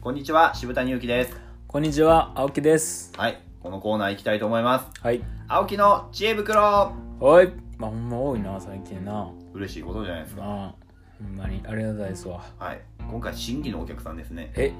こんにちは、渋谷祐樹です。こんにちは、青木です。はい、このコーナー行きたいと思います。はい。青木の知恵袋おい。まあ、ほんま多いな、最近な。嬉しいことじゃないですか。まあ、ほんまにありがたいですわ。はい、今回新規のお客さんですね。え、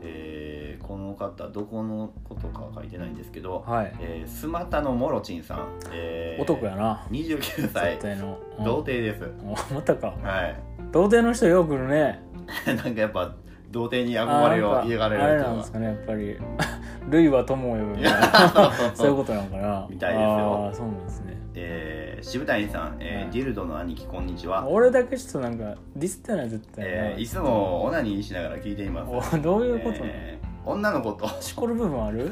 えー、この方、どこのことかは書いてないんですけど、はい。えー、スマタのモロチンさん。えー、男やな。 29歳絶、対の。うん童貞です。おまたか。はい。 童貞の人よく来るね。なんかやっぱ、童貞にあ憧れなをんか家がれあれるなんで人すかね、やっぱり。 類は友を呼ぶみたいが な。。そそううそいううそうことなのかな。みたいですよああ、そうなんですね。えー、渋谷さん、えはー、いディルドの兄貴、こんにちは。俺だけちょっとなんか、ディスってない、絶対な。えー、いつもオナニーしながら聞いています。おどういうことなの、えー女の子と しこる部分ある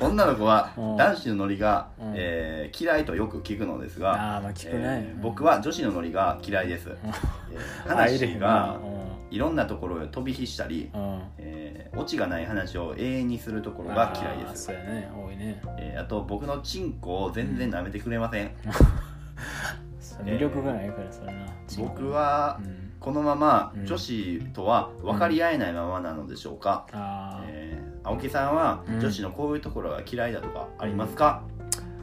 女の子はうん男子のノリが、うんえー嫌いとよく聞くのですが、ああ、まあ聞くね。えうーん僕は女子のノリが嫌いです、えー話がいろんなところへ飛び火したり、えーオチがない話を永遠にするところが嫌いですそうやね多いねあ,、えーあと僕のチンコを全然舐めてくれません、魅力がないからそれな僕はうんこのままうん女子とは分かり合えないままなのでしょうか、あーえー青木さんはうん女子のこういうところが嫌いだとかありますか、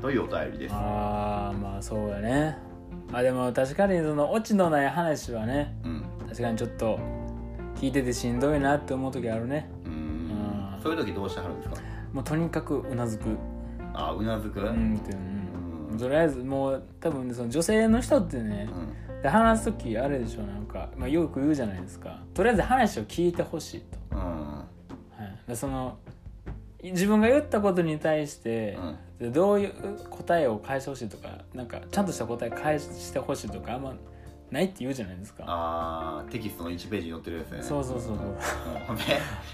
というお便りですあーまあそうやねあでも確かにそのオチのない話はねうん確かにちょっと聞いててしんどいなって思う時あるねうーんうんそういう時どうしてはるんですかもうとにかくうなずくあうなずく、ううんんってうんとりあえずもう多分ねその女性の人ってねで話す時あれでしょなんか、まあ、よく言うじゃないですかとりあえず話を聞いてほしいうとんはい、でそのい自分が言ったことに対して、でどういう答えを返してほしいとかなんかちゃんとした答え返してほしいとかあんまないって言うじゃないですか。あーテキストの1ページに載ってるやつねそうそうそうそううんほん で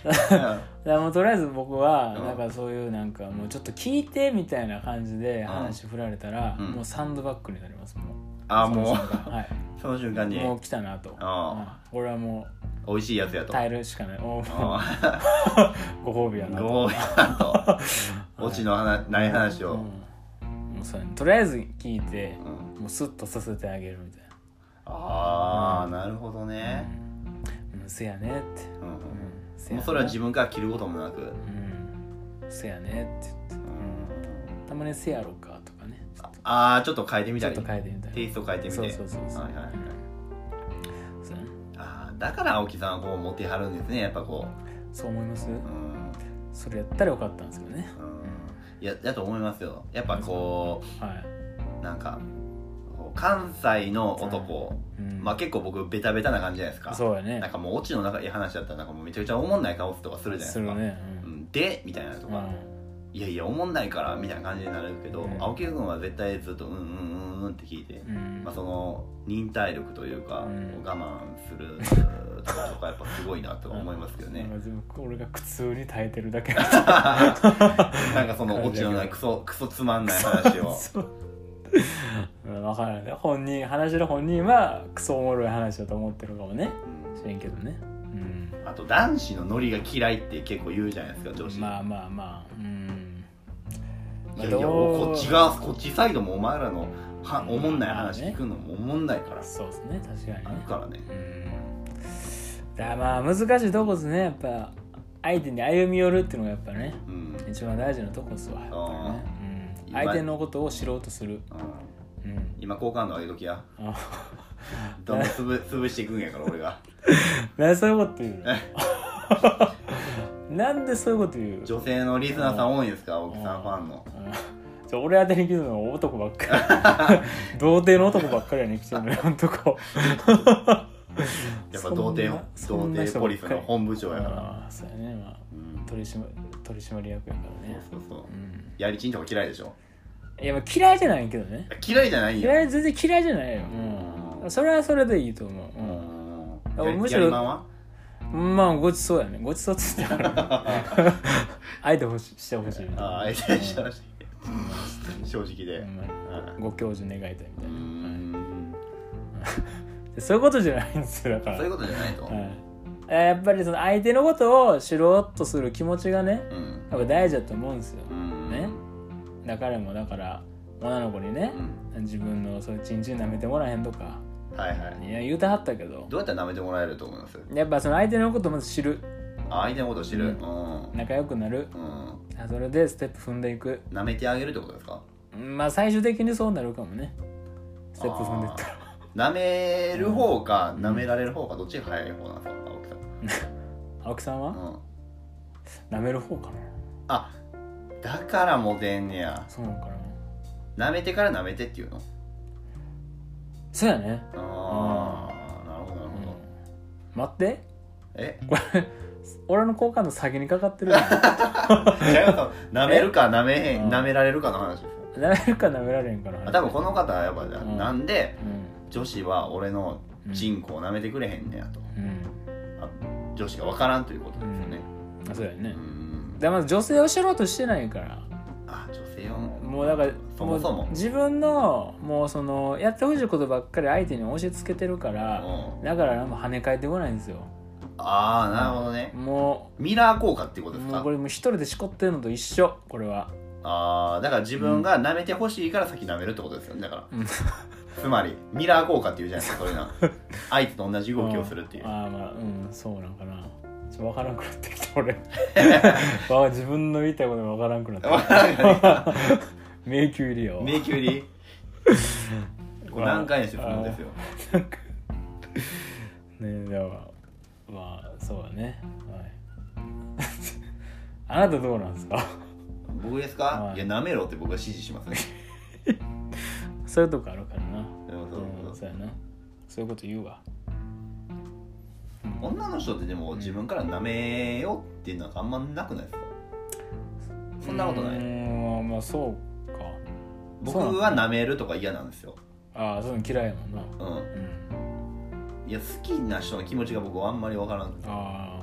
うだからもうとりあえず僕はうんなんかそういうなんかもうちょっと聞いてみたいな感じで話振られたらうんもうサンドバッグになりますもうあーもその瞬間はうその瞬間いにもう来たなとあうん俺はも美味しいやつやうと耐えるしかないもうもあうご褒美やーなとご褒美 だとオチの話ない話うんを、もうそうやねとりあえず聞いてうんもうスッとさせてあげるみたいなああなるほどね、うん、せやねって、うんうんうん、せやもうなそれは自分から着ることもなく、うん、せやねって言って、うん、たまにせやろかとかねああちょっと変えてみちょたりっと変えてみたいなテイスト変えてみてそうそうそうそう、はいはいはいうんそうやねあーだから青木さんはこうモテはるんですねやっぱこそう思いますううん、それやったらよかったんですけどね、うん、いやだと思いますよやっぱこはい、うなんかこう関西の男、うんまあ結構僕ベタベタな感じじゃないですかそうやねなんかもうオチの中いい話だったらなんかもうめちゃくちゃおもんない顔とかするじゃないですすかるねううんん、でみたいなとうか、んいやいやおもんないからみたいな感じになるけど、うん青木君は絶対ずっとうんうんうんうんって聞いて、うんまあ、その忍耐力というか、うん我慢するとかとかやっぱすごいなとか思いますけどねなんか全部俺が苦痛に耐えてるだけな なんかそのオチのないクソクソつまんない話をそううんわからんね本人話してる本人はクソおもろい話だと思ってるかもねうんしれんけどねうんあと男子のノリが嫌いって結構言うじゃないですか女子、まあまあまあうんいやいやこっちがこっちサイドもお前らのはおもんない話聞くのもおもんないから、そうですね確かあにるねからねうんだからまあ難しいとこですねやっぱ相手に歩み寄るっていうのがやっぱねうん、一番大事なとこっすわやっぱりね、うん、相手のことを知ろうとするうんうん今好感度上げときやあ どんどん潰潰していくんやから俺がなんでそういうこと言う のなんでそういうこと言う女性のリスナーさん多いんですか青木さんファンのうんちょ俺宛てに来るのは男ばっか り童貞の男ばっかりやね来てるのよほんとこやっぱ童貞そ童んな貞ポリスの本部長やから、ああそうやねまあうん、取締取締役やからね、そうそうそううん、やりちんとか嫌いでしょいやまあ嫌いじゃないけどね嫌いじゃないよ嫌い全然嫌いじゃないよ、うん、それはそれでいいと思うんう、あやりむしろやりまんはうん、まあごちそうやねごちそうっ つってから相手ほししてほしいみたいなああ相手にしてほしい 正直で、ううんんまあご教授願いたいみたういな、はいんでそういうことじゃないんですよだからそういうことじゃないと、はいえーやっぱりその相手のことを知ろうとする気持ちがねうんやっぱ大事だと思うんですようんねだからもだから女の子にねう、ん自分のそういうチンチン舐めてもらえへんとかはいはいいや言うてはったけどどうやったら舐めてもらえると思いますやっぱその相手のことをまず知るうあ相手のこと知る、ううんうん仲良くなるあそれでステップ踏んでいく舐めてあげるってことですかまあ最終的にそうなるかもねステップ踏んでいったら舐める方か舐められる方かどっちが早い方なんですか青木さん、青木さんはうん、舐める方かなあだからモテんねやそうなのかな舐めてから舐めてっていうのそうやねああなるほどなるほど、待ってえこれ俺の好感度先にかかってるな違うよ舐めるか舐めへうんん舐められるかの話ですよ舐めるか舐められへんからあ多分この方はやっぱじゃあ、うんなんでう女子は俺のん人口を舐めてくれへんねやと、うんあ女子が分からんということですよねあそうやうねんでまず女性を知ろうとしてないからあ女性はもうだからそもそもう自分のもうそのやってほしいことばっかり相手に押し付けてるからうんだからなんも跳ね返ってこないんですよああなるほどねもミラー効果っていうこうとですもうかこれもう一人でしこってるのと一緒これはああだから自分が舐めてほしいから先舐めるってことですよねだから、うんつまりミラー効果っていうじゃないですかそう いうの相手と同じ動きをするっていう ああまあうんそうなんかなちょっと分からんくなってきた俺 わ自分の言いたいことが分からんくなってわからんがねきた 迷宮入りよ迷宮入 りこれ何回にしてるんですよねだからまあそうだねはい あなたどうなんですか 僕ですかあーいや舐めろって僕は指示します ねそういうとこあるからなそうそうそううんそうやなそういうこと言うわ女の人ってでも自分から舐めようっていうのはあんまなくないですかそんなことなういーんまあそうか僕は舐めるとか嫌なんですよああそういうの嫌いやもんなうんうんいや好きな人の気持ちが僕はあんまりわからんあ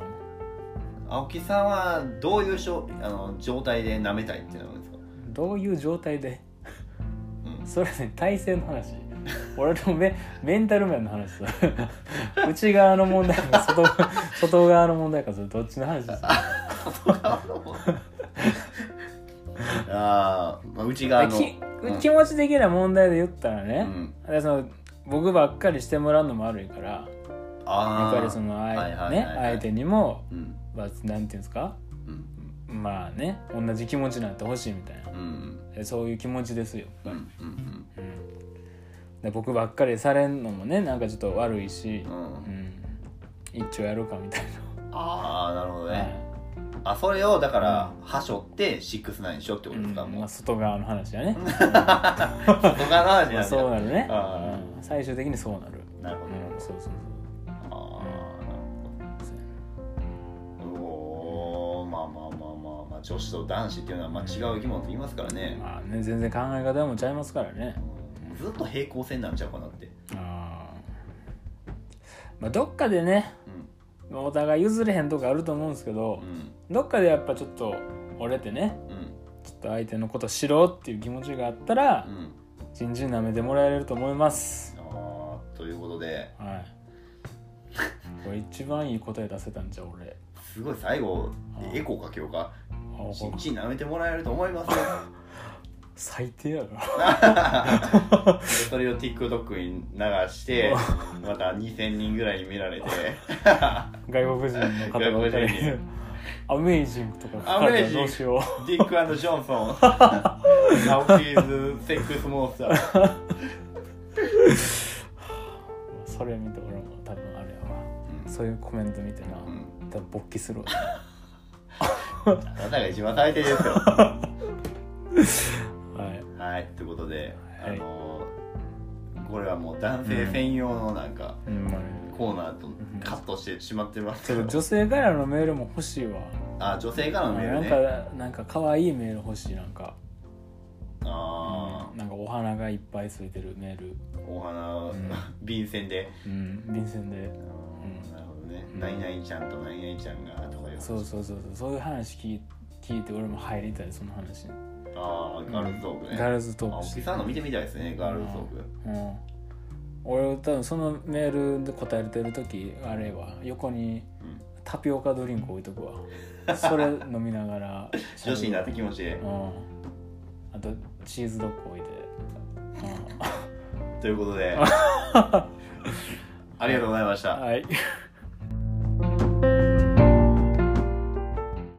あ青木さんはどういうしょあの状態で舐めたいってなるんですか、どういう状態で うん、それね体制の話俺のメ メンタル面の話さ 内側の問題か外 外側の問題かそれどっちの話ですかあー、まあ内側のきうん気持ち的な問題で言ったらうね、ん、でその僕ばっかりしてもらうのも悪いからやあっーぱりそのあいはいはいはいねはい相手にも、うんまあ、なんていうんですかうんまあね同じ気持ちになってほしいみたいなうんうんでそういう気持ちですよ、うんうんうん、で僕ばっかりされんのもねなんかちょっと悪いしう、んううんん、一丁やるかみたいああなるほどな、ね、あそれをだからはしょって69にしようってこうとですんか、もまうあ、外側の 話だね、外側の話なんまだあ、そうなるね、あうん最終的にそうなる、なるほうどん、そうそうああおーまあまあまあまあまあ女子と男子っていうのはまあ違う生き物と言いますからそうね、まあね全然考え方もちゃいますからねずっと平行線なんちゃうかなって、あーまあどっかでねまあお互い譲れへんとこあると思うんですけうどん、どっかでやっぱちょっと折れてねうんうんちょっと相手のこと知ろうっていう気持ちがあったらうんじんじん舐めてもらえれると思いますあーということではいこれ一番いい答え出せたんじゃう俺すごい最後エコーかけようかあこちんれちん舐めてもらえると思い ますよ最低やなそれを TikTok に流してまた2000人ぐらいに見られて外国人の方ばっか外国り人アメイジングとか書かれたらどうしようディックジョンソンナオキーズセックスモンスターそれ見て俺も多分あれやわうそういうコメント見てな、んうん多分勃起するわあなたが一番最低ですよはいはいということで、はいあのーこれはもう男性専用のなんか、うんまあねコーナーとカットしてしまってますちけょっどと女性からのメールも欲しいわ、あ女性からのメールねなんかなんか可愛いメール欲しいなんかあなんかお花がいっぱいついてるメールあお花を、ん便箋で、うん便箋でなるほどねうんナイナイちゃんとナイナイちゃんがとかいうそうそうそうそうそういう話聞い聞いて俺も入りたいその話にああガールズトークね、ガールズトあーク沖してさんの見てみたいですねガールズトークうん俺多分そのメールで答えてる時あれは横にうんタピオカドリンク置いと くわそれ飲みながら女子になって気持ちいいうんあとチーズドッグ置いて、うんということでありがとうございましたはい